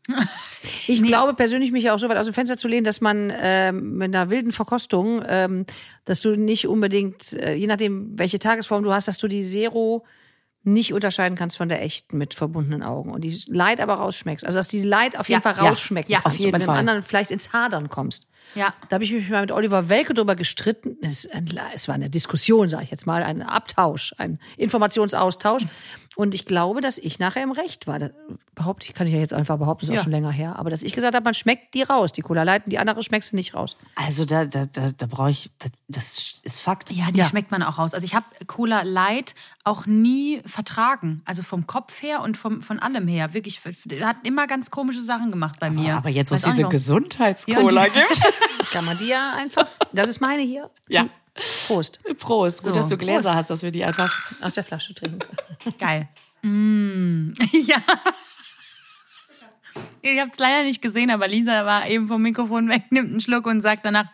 Ich glaube persönlich mich ja auch so weit aus dem Fenster zu lehnen, dass man ähm, mit einer wilden Verkostung, ähm, dass du nicht unbedingt, äh, je nachdem welche Tagesform du hast, dass du die Zero nicht unterscheiden kannst von der echten mit verbundenen Augen und die Light aber rausschmeckst. Also dass die Light auf jeden
Ja,
Fall
ja,
rausschmecken
ja,
kannst
auf
und bei
jeden
dem
Fall.
anderen vielleicht ins Hadern kommst.
Ja.
Da habe ich mich mal mit Oliver Welke drüber gestritten. Es, es war eine Diskussion, sage ich jetzt mal, ein Abtausch, ein Informationsaustausch. Und ich glaube, dass ich nachher im Recht war. Das behaupte ich, kann ich ja jetzt einfach behaupten, ist auch
Ja.
schon länger her. Aber dass ich gesagt habe, man schmeckt die raus, die Cola Light, und die andere schmeckst du nicht raus.
Also, da, da, da, da brauche ich, das, das ist Fakt.
Ja, die schmeckt man auch raus. Also ich habe Cola Light auch nie vertragen. Also vom Kopf her und vom, von allem her. Wirklich, hat immer ganz komische Sachen gemacht bei mir.
Aber jetzt, wo es
Weiß auch
diese
nicht, warum.
Gesundheitscola
Ja,
gibt.
Kann man die ja einfach. Das ist meine hier.
Ja.
Prost.
Prost. Gut, dass du Gläser
Prost.
hast, dass wir die einfach.
Aus der Flasche trinken.
Geil. Mm. ja. Ihr habt es leider nicht gesehen, aber Lisa war eben vom Mikrofon weg, nimmt einen Schluck und sagt danach,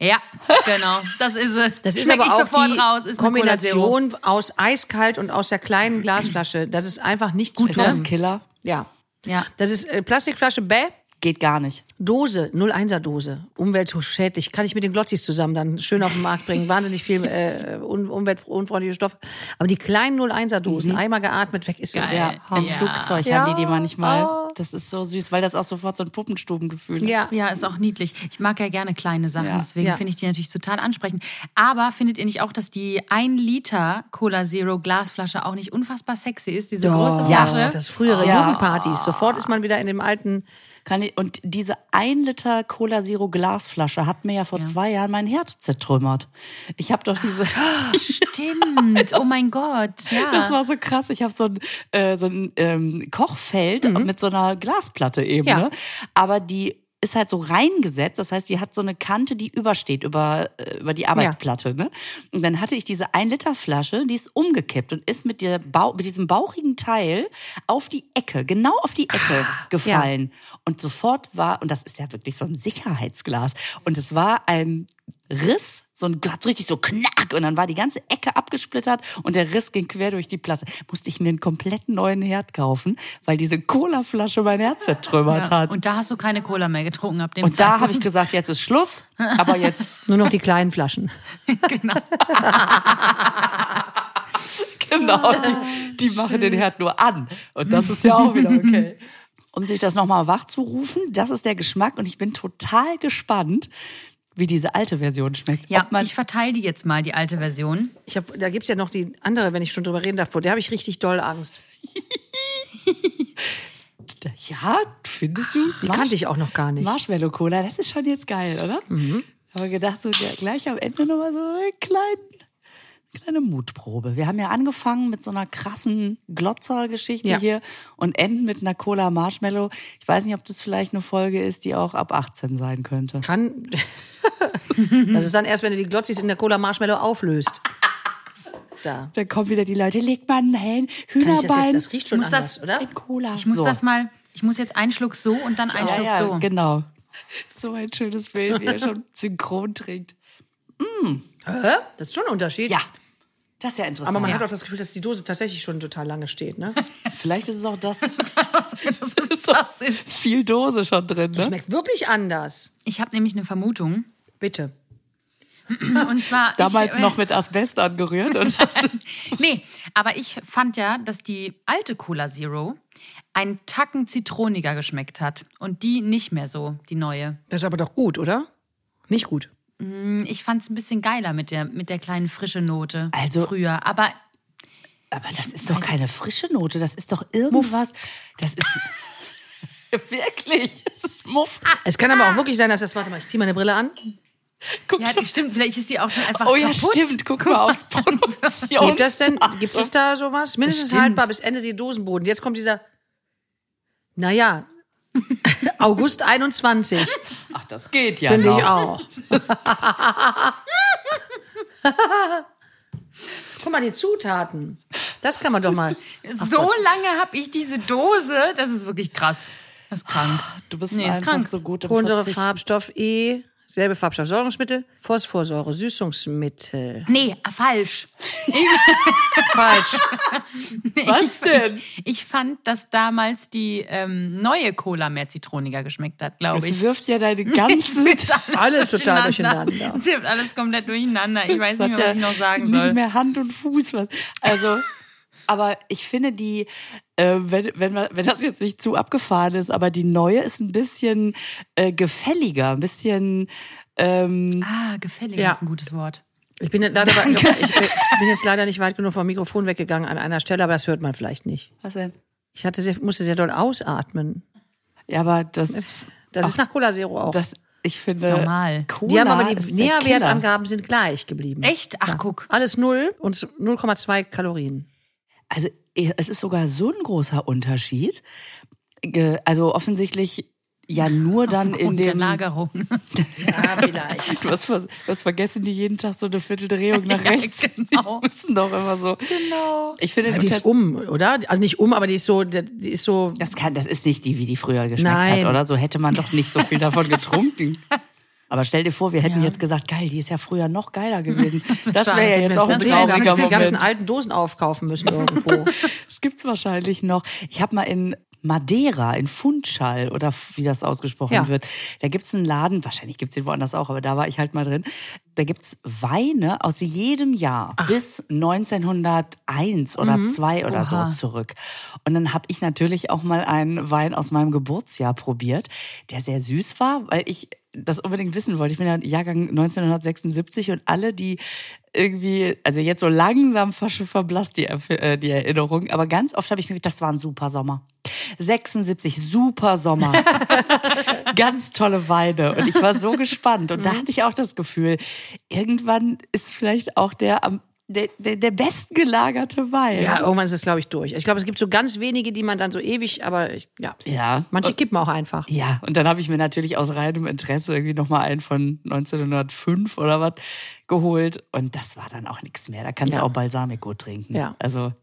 ja, genau, das ist sie.
Das ist
Schmeck
aber
ich
auch
sofort
die
raus. Ist eine Cola Zero.
Kombination aus eiskalt und aus der kleinen Glasflasche. Das ist einfach nicht zu
Ist das
ne?
trennen.
Killer?
Ja.
Ja.
Das ist äh, Plastikflasche Bäh,
Geht gar nicht.
Dose, 01er Dose, umweltschädlich. Kann ich mit den Glottis zusammen dann schön auf den Markt bringen. Wahnsinnig viel äh, un umweltunfreundliche Stoffe. Aber die kleinen 01er Dosen, einmal geatmet, weg ist
Geil.
sie.
Ja, am
Ja. Oh.
Flugzeug
Ja.
haben die die manchmal. Das ist so süß, weil das auch sofort so ein Puppenstubengefühl hat.
Ja.
Ja, ist auch niedlich. Ich mag ja gerne kleine Sachen,
Ja.
deswegen
Ja.
finde ich die natürlich total ansprechend. Aber findet ihr nicht auch, dass die 1 Liter Cola Zero Glasflasche auch nicht unfassbar sexy ist? Diese große
Oh. ja.
Flasche.
Das frühere
Ja.
Jugendpartys. Sofort ist man wieder in dem alten.
Kann ich, und diese 1 Liter Cola Zero Glasflasche hat mir ja vor zwei Jahren mein Herz zertrümmert. Ich habe doch diese.
Stimmt. oh mein Gott. Ja.
Das war so krass. Ich habe so ein, äh, so ein ähm, Kochfeld mit so einer Glasplatte eben.
Ja.
Ne? Aber die ist halt so reingesetzt. Das heißt, die hat so eine Kante, die übersteht über, äh, über die Arbeitsplatte. Ne? Und dann hatte ich diese 1-Liter-Flasche, die ist umgekippt und ist mit, der Bau, mit diesem bauchigen Teil auf die Ecke, genau auf die Ecke gefallen. Und sofort war, und das ist ja wirklich so ein Sicherheitsglas, und es war ein Riss, so ein hat richtig so knack und dann war die ganze Ecke abgesplittert und der Riss ging quer durch die Platte. Musste ich mir einen komplett neuen Herd kaufen, weil diese Colaflasche mein Herz zertrümmert hat. Und,
Und da hast du keine Cola mehr getrunken ab dem
da
Zeitpunkt.
habe ich gesagt, jetzt ist Schluss, aber jetzt
Nur noch die kleinen Flaschen.
genau, die, die machen den Herd nur an und das ist ja auch wieder okay. Um sich das nochmal wachzurufen, das ist der Geschmack und ich bin total gespannt, wie diese alte Version schmeckt.
Ja,
Ob man-
ich verteile die jetzt mal, die alte Version.
Ich hab, da gibt's ja noch die andere, wenn ich schon drüber reden darf, vor der habe ich richtig doll Angst.
ja findest du?
Die kannte ich auch noch gar nicht. Mhm.
Marshmallow Cola, das ist schon jetzt geil, oder? Haben wir gedacht, so der- gleich am Ende nochmal so eine kleine, kleine Mutprobe. Wir haben ja angefangen mit so einer krassen Glotzer-Geschichte
Ja.
hier und enden mit einer Cola Marshmallow. Ich weiß nicht, ob das vielleicht eine Folge ist, die auch ab 18 sein könnte.
Kann. Das ist dann erst, wenn du die Glotzis in der Cola Marshmallow auflöst. Da.
Dann kommen wieder die Leute, legt mal einen Hellen,
Kann ich das,
Hühnerbein
jetzt, das riecht schon
Muss
anders,
das-
oder?
in Cola.
Ich muss
so.
das mal, ich muss jetzt einen Schluck so und dann einen
ja,
Schluck
ja,
so.
Genau. So ein schönes Bild, wie er schon synchron trinkt.
Hä? Das ist schon ein Unterschied.
Ja, das ist ja interessant.
Aber man hat auch das Gefühl, dass die Dose tatsächlich schon total lange steht. Ne?
Vielleicht ist es auch das. genau.
Das ist, was ist.
viel Dose schon drin, ne?
Schmeckt wirklich anders.
Ich habe nämlich eine Vermutung.
Bitte.
Und zwar.
Damals
ich, äh,
noch mit Asbest angerührt. Und das,
Nee, aber ich fand ja, dass die alte Cola Zero einen Tacken zitroniger geschmeckt hat. Und die nicht mehr so, die neue.
Das ist aber doch gut, oder? Nicht gut.
Ich fand es ein bisschen geiler mit der, mit der kleinen frische Note
Also-
früher. Aber
aber das ist doch keine frische Note, das ist doch irgendwas. Das ist. Wirklich, es ist Muff.
Ah,
Es kann aber auch wirklich sein, dass das. Warte mal, ich ziehe meine Brille an.
Guck
ja,
doch-
stimmt, vielleicht ist die auch schon einfach
oh ja,
kaputt.
stimmt. Guck mal aufs Produktion.
Gibt das denn? Gibt es da sowas? Mindestens
Bestimmt.
haltbar bis Ende sie Dosenboden. Jetzt kommt dieser. Naja. August Genau. 21.
Ach, das geht ja.
Finde
noch.
ich auch. Guck mal, die Zutaten. Das kann man doch mal.
So lange habe ich diese Dose. Das ist wirklich krass. Das ist krank.
Du bist
Nee, ist
einfach
krank.
so gut im
Kohlensäure,
Verzicht.
Farbstoff E, selbe Farbstoff, Säurungsmittel, Phosphorsäure, Süßungsmittel.
Nee, äh, falsch.
Falsch.
Was denn?
Ich, ich fand, dass damals die ähm, neue Cola mehr zitroniger geschmeckt hat, glaube
Es
ich.
wirft ja deine ganzen.
Alles total durcheinander.
Es wirft alles komplett durcheinander. Ich weiß
Das
nicht
hat
mehr, was
ja
ich noch sagen
nicht
soll.
mehr Hand und Fuß. Was. Also, aber ich finde die, äh, wenn, wenn, man, wenn das jetzt nicht zu abgefahren ist, aber die neue ist ein bisschen äh, gefälliger, ein bisschen, ähm,
Ah, gefällig
Ja.
ist ein gutes Wort.
Ich bin, jetzt leider, ich bin jetzt leider nicht weit genug vom Mikrofon weggegangen an einer Stelle, aber das hört man vielleicht nicht.
was denn?
Ich hatte sehr, musste sehr doll ausatmen.
Ja, aber das,
Das ist nach Cola Zero auch.
das ich finde,
Ist normal.
Cola
Die haben aber die
ist der Killer.
Nährwertangaben sind gleich geblieben.
Echt? Ach, guck.
Alles 0 und 0,2 Kalorien.
Also, es ist sogar so ein großer Unterschied. Ge- Also, offensichtlich ja nur dann in
und der
den.
Lagerung.
Ja, vielleicht.
Du hast, vers- du hast vergessen, die jeden Tag so eine Vierteldrehung nach
Ja,
rechts.
genau.
Die müssen doch immer so. Genau. Ich finde,
Die
unter-
ist um, oder? Also nicht um, aber die ist so, die ist so.
das, kann, das ist nicht die, wie die früher geschmeckt
Nein.
hat, oder? So hätte man doch nicht so viel davon getrunken. Aber stell dir vor, wir hätten jetzt gesagt, geil, die ist ja früher noch geiler gewesen. Das wäre
schade
ja jetzt
gewesen.
auch ein
Das
Nee, da hab ich
trauriger
mir die ganzen
Moment.
alten Dosen aufkaufen müssen irgendwo.
Das gibt's wahrscheinlich noch. Ich habe mal in Madeira, in Funchal oder f- wie das ausgesprochen
Ja.
wird, da gibt's einen Laden, wahrscheinlich gibt's den woanders auch, aber da war ich halt mal drin. Da gibt's Weine aus jedem Jahr bis 1901 oder 2 oder
Oha.
so zurück. Und dann habe ich natürlich auch mal einen Wein aus meinem Geburtsjahr probiert, der sehr süß war, weil ich das unbedingt wissen wollte. Ich bin ja Jahrgang 1976 und alle, die irgendwie, also jetzt so langsam versch- verblasst die, Erf- äh, die Erinnerung, aber ganz oft habe ich mir gedacht, das war ein super Sommer. 76, super Sommer. ganz tolle Weine. Und ich war so gespannt. Und da hatte ich auch das Gefühl, irgendwann ist vielleicht auch der am der, der, der bestgelagerte Wein.
Ja, irgendwann ist das, glaube ich, durch. Ich glaube, es gibt so ganz wenige, die man dann so ewig, aber ich, ja.
Ja.
Manche kippen auch einfach.
Ja, und dann habe Äh, ich mir natürlich aus reinem Interesse irgendwie nochmal einen von 1905 oder was geholt. Und das war dann auch nichts mehr. Da kannst du auch Balsamico trinken.
Ja.
Also,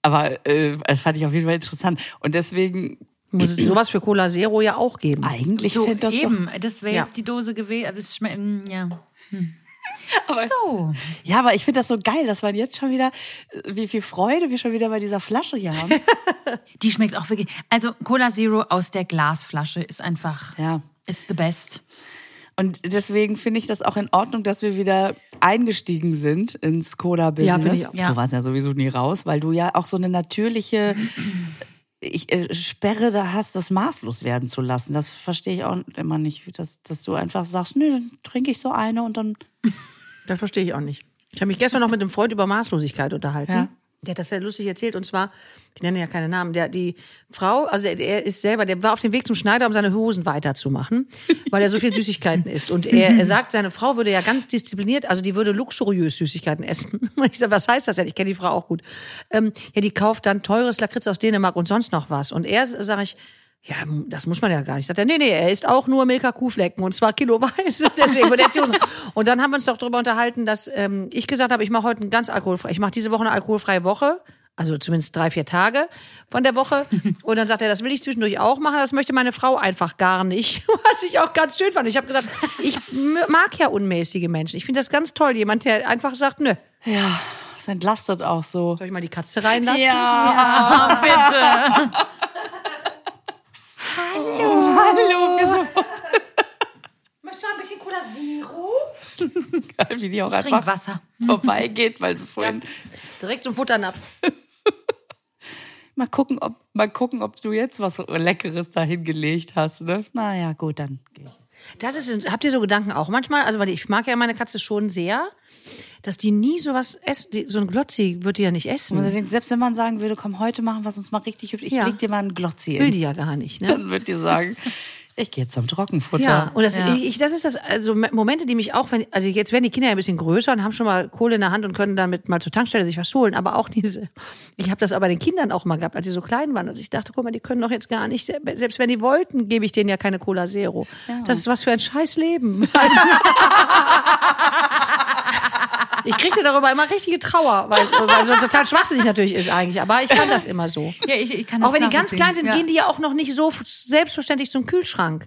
aber äh, das fand ich auf jeden Fall interessant. Und deswegen,
Muss es sowas für Cola Zero ja auch geben.
eigentlich
So,
fällt das
eben, das wäre
Ja.
jetzt die Dose gewesen. Aber es schmeckt, mm, ja. Hm. So.
doch. Ja, aber ich finde das so geil, dass man jetzt schon wieder, äh, wie viel Freude wir schon wieder bei dieser Flasche hier haben.
Die schmeckt auch wirklich. Also Cola Zero aus der Glasflasche ist einfach,
Ja.
ist the best.
Und deswegen finde ich das auch in Ordnung, dass wir wieder eingestiegen sind ins
Ja, finde
Cola-Business.
ich auch.
Ja.
Du warst ja sowieso nie raus, weil du ja auch so eine natürliche ich, äh, Sperre da hast, das maßlos werden zu lassen. Das verstehe ich auch immer nicht, wie das, dass du einfach sagst, nö, dann trinke ich so eine und dann
Das verstehe ich auch nicht. Ich habe mich gestern noch mit einem Freund über Maßlosigkeit unterhalten. Der hat das sehr lustig erzählt. Und zwar, ich nenne ja keine Namen, der, die Frau, also er- er ist selber, der war auf dem Weg zum Schneider, um seine Hosen weiterzumachen, weil er so viel Süßigkeiten isst. Und er, er sagt, seine Frau würde ja ganz diszipliniert, also die würde luxuriös Süßigkeiten essen. Und ich sage, was heißt das denn? Ich kenne die Frau auch gut. Ähm, ja, die kauft dann teures Lakritz aus Dänemark und sonst noch was. Und er, sage ich, ja, m- das muss man ja gar nicht. Sagt er, nee, nee, er isst auch nur Milka Kuhflecken und zwar kiloweise. Deswegen wird er jetzt hier unten. Und dann haben wir uns doch darüber unterhalten, dass ähm, ich gesagt habe, ich mache heute einen ganz alkoholfrei. Ich mache diese Woche eine alkoholfreie Woche. Also zumindest drei, vier Tage von der Woche. Und dann sagt er, das will ich zwischendurch auch machen, das möchte meine Frau einfach gar nicht. Was ich auch ganz schön fand. Ich habe gesagt, ich m- mag ja unmäßige Menschen. Ich finde das ganz toll. Jemand, der einfach sagt, nö,
ja, es entlastet auch so.
soll ich mal die Katze reinlassen?
Ja, bitte. Hallo. Hallo, wir sind
Möchtest du ein bisschen Cola Zero?
geil, wie die auch
Trink
einfach
Wasser.
vorbeigeht, weil sie vorhin
Direkt zum Futternapf.
Mal gucken, ob, mal gucken, ob du jetzt was Leckeres da hingelegt hast, ne? Naja, gut, dann gehe ich.
Das ist, habt ihr so Gedanken auch manchmal? Also, weil ich mag ja meine Katze schon sehr, dass die nie sowas essen. Die, so ein Glotzi wird die ja nicht
Also
essen.
denkt, selbst wenn man sagen würde, komm, heute machen wir es uns mal richtig hübsch, ich
Ja.
leg dir mal einen Glotzi
Will
hin,
die ja gar nicht, ne?
dann wird die sagen, ich gehe zum Trockenfutter.
Ja, und das,
Ja.
Ich, das ist das, also Momente, die mich auch, wenn, also jetzt werden die Kinder ja ein bisschen größer und haben schon mal Kohle in der Hand und können damit mal zur Tankstelle sich was holen, aber auch diese, ich habe das aber den Kindern auch mal gehabt, als sie so klein waren und ich dachte, guck mal, die können doch jetzt gar nicht, selbst wenn die wollten, gebe ich denen ja keine Cola Zero. Das ist was für ein scheiß Leben. Ich kriegte darüber immer richtige Trauer, weil, weil so total schwachsinnig natürlich ist eigentlich, aber ich fand das immer so.
Ja, ich, ich kann das
Auch wenn die ganz
nachvollziehen.
klein sind,
ja.
gehen die ja auch noch nicht so f- selbstverständlich zum Kühlschrank.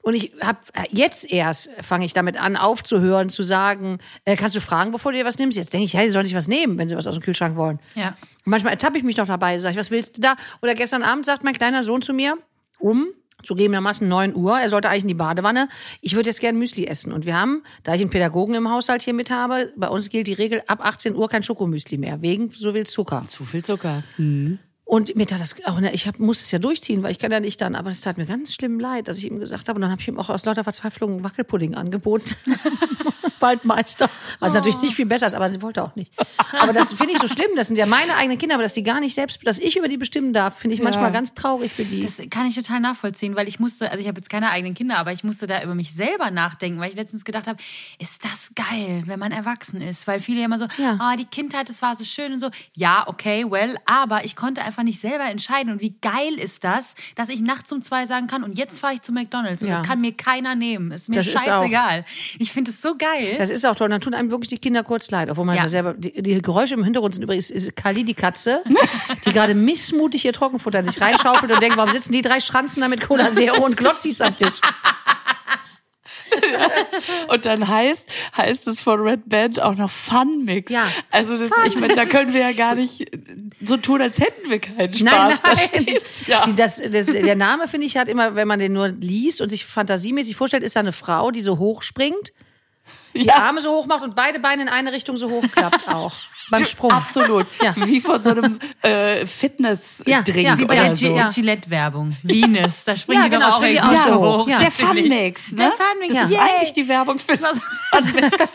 Und ich habe jetzt erst fange ich damit an, aufzuhören, zu sagen, äh, kannst du fragen, bevor du dir was nimmst? Jetzt denke ich, ja, die sollen sich was nehmen, wenn sie was aus dem Kühlschrank wollen.
Ja.
Und manchmal ertappe ich mich noch dabei, sage ich, was willst du da? Oder gestern Abend sagt mein kleiner Sohn zu mir, um zugegebenermaßen 9 Uhr, er sollte eigentlich in die Badewanne, ich würde jetzt gern Müsli essen. Und wir haben, da ich einen Pädagogen im Haushalt hier mit habe, bei uns gilt die Regel, ab 18 Uhr kein Schokomüsli mehr, wegen so viel Zucker.
Zu viel Zucker.
Und mir tat das auch, ne, ich hab, muss es ja durchziehen, weil ich kann ja nicht dann. Aber es tat mir ganz schlimm leid, dass ich ihm gesagt habe. Und dann habe ich ihm auch aus lauter Verzweiflung einen Wackelpudding angeboten. Waldmeister. Was natürlich nicht viel besser ist, aber sie wollte auch nicht. Aber das finde ich so schlimm. Das sind ja meine eigenen Kinder, aber dass die gar nicht selbst, dass ich über die bestimmen darf, finde ich manchmal ganz traurig für die.
Das kann ich total nachvollziehen, weil ich musste, also ich habe jetzt keine eigenen Kinder, aber ich musste da über mich selber nachdenken, weil ich letztens gedacht habe, ist das geil, wenn man erwachsen ist? Weil viele ja immer so,
Ja.
ah, die Kindheit, das war so schön und so. Ja, okay, well, aber ich konnte einfach einfach nicht selber entscheiden. Und wie geil ist das, dass ich nachts um zwei sagen kann, und jetzt fahre ich zu McDonalds und
Ja.
das kann mir keiner nehmen. Ist mir
Das ist auch-
scheißegal. ich finde es so geil.
Das ist auch toll. Dann tun einem wirklich die Kinder kurz leid, obwohl man
Ja.
ja. selber. Die, die Geräusche im Hintergrund sind übrigens ist Kali die Katze, die gerade missmutig ihr Trockenfutter in sich reinschaufelt und denkt, warum sitzen die drei Schranzen da mit Cola Zero und Glotzis am Tisch?
Und dann heißt, heißt es von Red Band auch noch Fun Mix.
Ja.
Also das, ich meine, da können wir ja gar nicht so tun, als hätten wir keinen Spaß. Da steht's, ja.
Die, das, das, der Name, finde ich, hat immer, wenn man den nur liest und sich fantasiemäßig vorstellt, ist da eine Frau, die so hoch springt, die
Ja.
Arme so hoch macht und beide Beine in eine Richtung so hoch klappt auch. beim Sprung.
Absolut.
Ja.
Wie von so einem äh, Fitness-Drink
Ja, ja, wie bei
Bei
Ja,
der
oder
G-
so.
ja.
Gillette-Werbung. Venus, da springen
Ja,
die
genau,
doch auch,
springen die
irgendwie
auch
so
so
hoch.
hoch. Ja.
Der
Natürlich.
Funmix, ne?
Der Funmix,
Das ist
yay.
eigentlich die Werbung für das Funmix.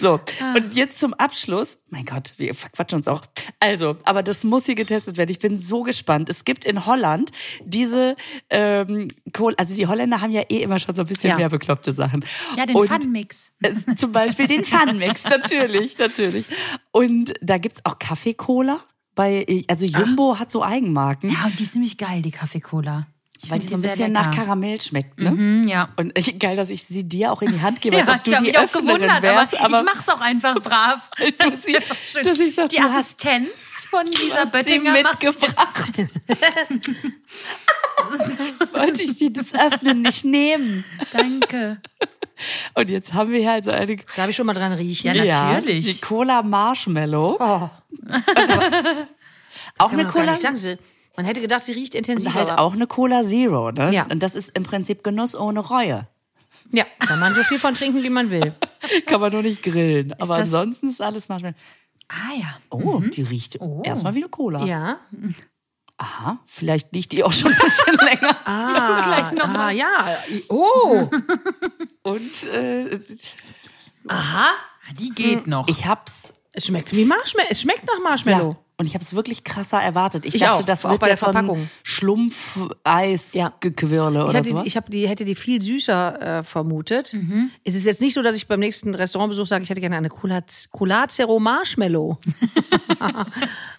so, und jetzt zum Abschluss. Mein Gott, wir verquatschen uns auch. Also, aber das muss hier getestet werden. Ich bin so gespannt. Es gibt in Holland diese ähm, Kohl, also die Holländer haben ja eh immer schon so ein bisschen
Ja.
mehr bekloppte Sachen.
Ja, den
Und-
Fun-Mix.
äh, Zum Beispiel den Funmix, natürlich, natürlich. Und da gibt's auch Kaffee-Cola. Bei, also Jumbo hat so Eigenmarken.
Ja, und die ist ziemlich geil, die Kaffee-Cola. Ich
Weil
find
die so ein
sehr
bisschen
lecker.
nach Karamell schmeckt, ne?
Mhm, ja.
Und ich, geil, dass ich sie dir auch in die Hand gebe, als ob du
ich hab
die
mich auch
Öffnerin
gewundert,
wärst.
aber ich mach's auch einfach brav.
Du sie- dass ich sag,
die
du hast-
Assistenz von
du
Lisa
hast sie
Böttinger macht
mitgebracht. Jetzt wollte ich dir das Öffnen nicht nehmen.
Danke.
Und jetzt haben wir hier also eine...
Darf ich schon mal dran riechen?
ne-
Ja, natürlich.
die Cola Marshmallow.
Oh,
auch
kann
eine
man Cola.
Cola...
Nicht sagen. Sie, man hätte gedacht, sie riecht intensiver.
Und halt
aber-
auch eine Cola Zero, ne?
Ja.
Und das ist im Prinzip Genuss ohne Reue.
Ja, kann man so viel von trinken, wie man will.
Kann man nur nicht grillen. Aber
das-
ansonsten ist alles Marshmallow.
Ah ja.
Oh, die riecht erstmal wie eine Cola.
Ja.
Aha, vielleicht liegt die auch schon ein bisschen länger.
Ah, ich guck
gleich noch
ah, ja. Oh.
Und äh,
Aha.
Ah, Die geht noch.
Hm, ich hab's.
Es schmeckt wie Marshmallow. Es schmeckt nach Marshmallow.
Ja. Und ich hab's wirklich krasser erwartet. Ich,
Ich
dachte,
auch,
das
auch
wird
bei der
jetzt so ein
Verpackung. Ja.
Schlumpfeis-Gequirle
Ich,
oder
hatte, die-
sowas. Mhm.
ich, hab, die, hätte die viel süßer äh, vermutet. Es ist jetzt nicht so, dass ich beim nächsten Restaurantbesuch sage, ich hätte gerne eine Cola- Colacero Marshmallow.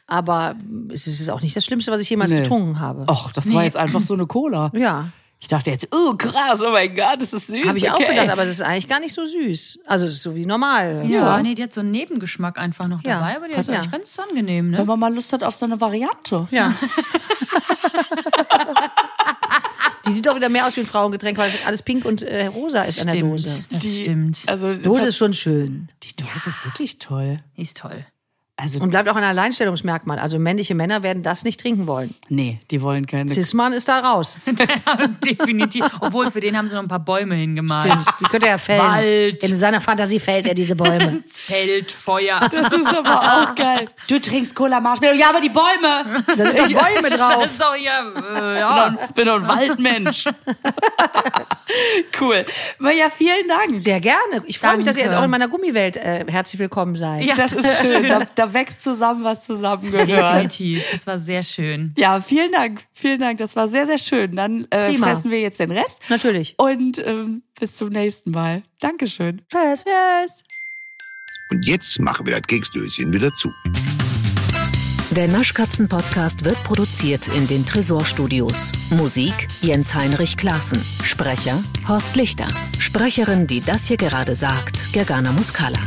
Aber es ist auch nicht das Schlimmste, was ich jemals
Nee. Oh.
getrunken habe.
Och, das war jetzt einfach so eine Cola.
Ja,
Ich dachte jetzt, oh krass, oh mein Gott, das ist süß.
habe ich
okay.
auch gedacht, aber es ist eigentlich gar nicht so süß. Also es ist so wie normal.
ja, nee, die hat so einen Nebengeschmack einfach noch
Ja.
dabei, aber die ist
Ja.
eigentlich ganz angenehm,
Wenn
ne?
man mal Lust hat auf so eine Variante.
Ja. die sieht auch wieder mehr aus wie ein Frauengetränk, weil es alles pink und äh, rosa ist an der Dose.
Das
Die-
stimmt.
Also
Dose ist schon schön.
die Dose ist wirklich toll.
Die ist toll.
Also
Und bleibt auch ein Alleinstellungsmerkmal. Also männliche Männer werden das nicht trinken wollen.
nee, die wollen keine.
Zismann ist da raus.
Definitiv. Obwohl, für den haben sie noch ein paar Bäume hingemalt.
Stimmt. Die könnte er fällen.
Wald.
In seiner Fantasie fällt er diese Bäume.
Zelt, Feuer.
Das ist aber auch geil. Du trinkst Cola Marshmallow, ja, aber die Bäume.
Da sind doch Bäume
Das
drauf.
ist doch hier, äh, ja.
Ich bin doch ein Waldmensch. cool. Maja, vielen Dank.
Sehr gerne. Ich freue mich, dass ihr
Danke.
jetzt auch in meiner Gummiwelt äh, herzlich willkommen seid.
Ja.
Das ist schön. Da, da wächst zusammen, was zusammengehört.
Genau. Definitiv. Das war sehr schön.
Ja, vielen Dank. Vielen Dank. Das war sehr, sehr schön. Dann äh,
Prima.
fressen wir jetzt den Rest.
Natürlich.
Und ähm, bis zum nächsten Mal. Dankeschön.
Tschüss. Tschüss.
Und jetzt machen wir das Keksdöschen wieder zu.
Der Naschkatzen-Podcast wird produziert in den Tresorstudios. Musik Jens Heinrich Klaassen. Sprecher Horst Lichter. Sprecherin, die das hier gerade sagt, Gergana Muscala.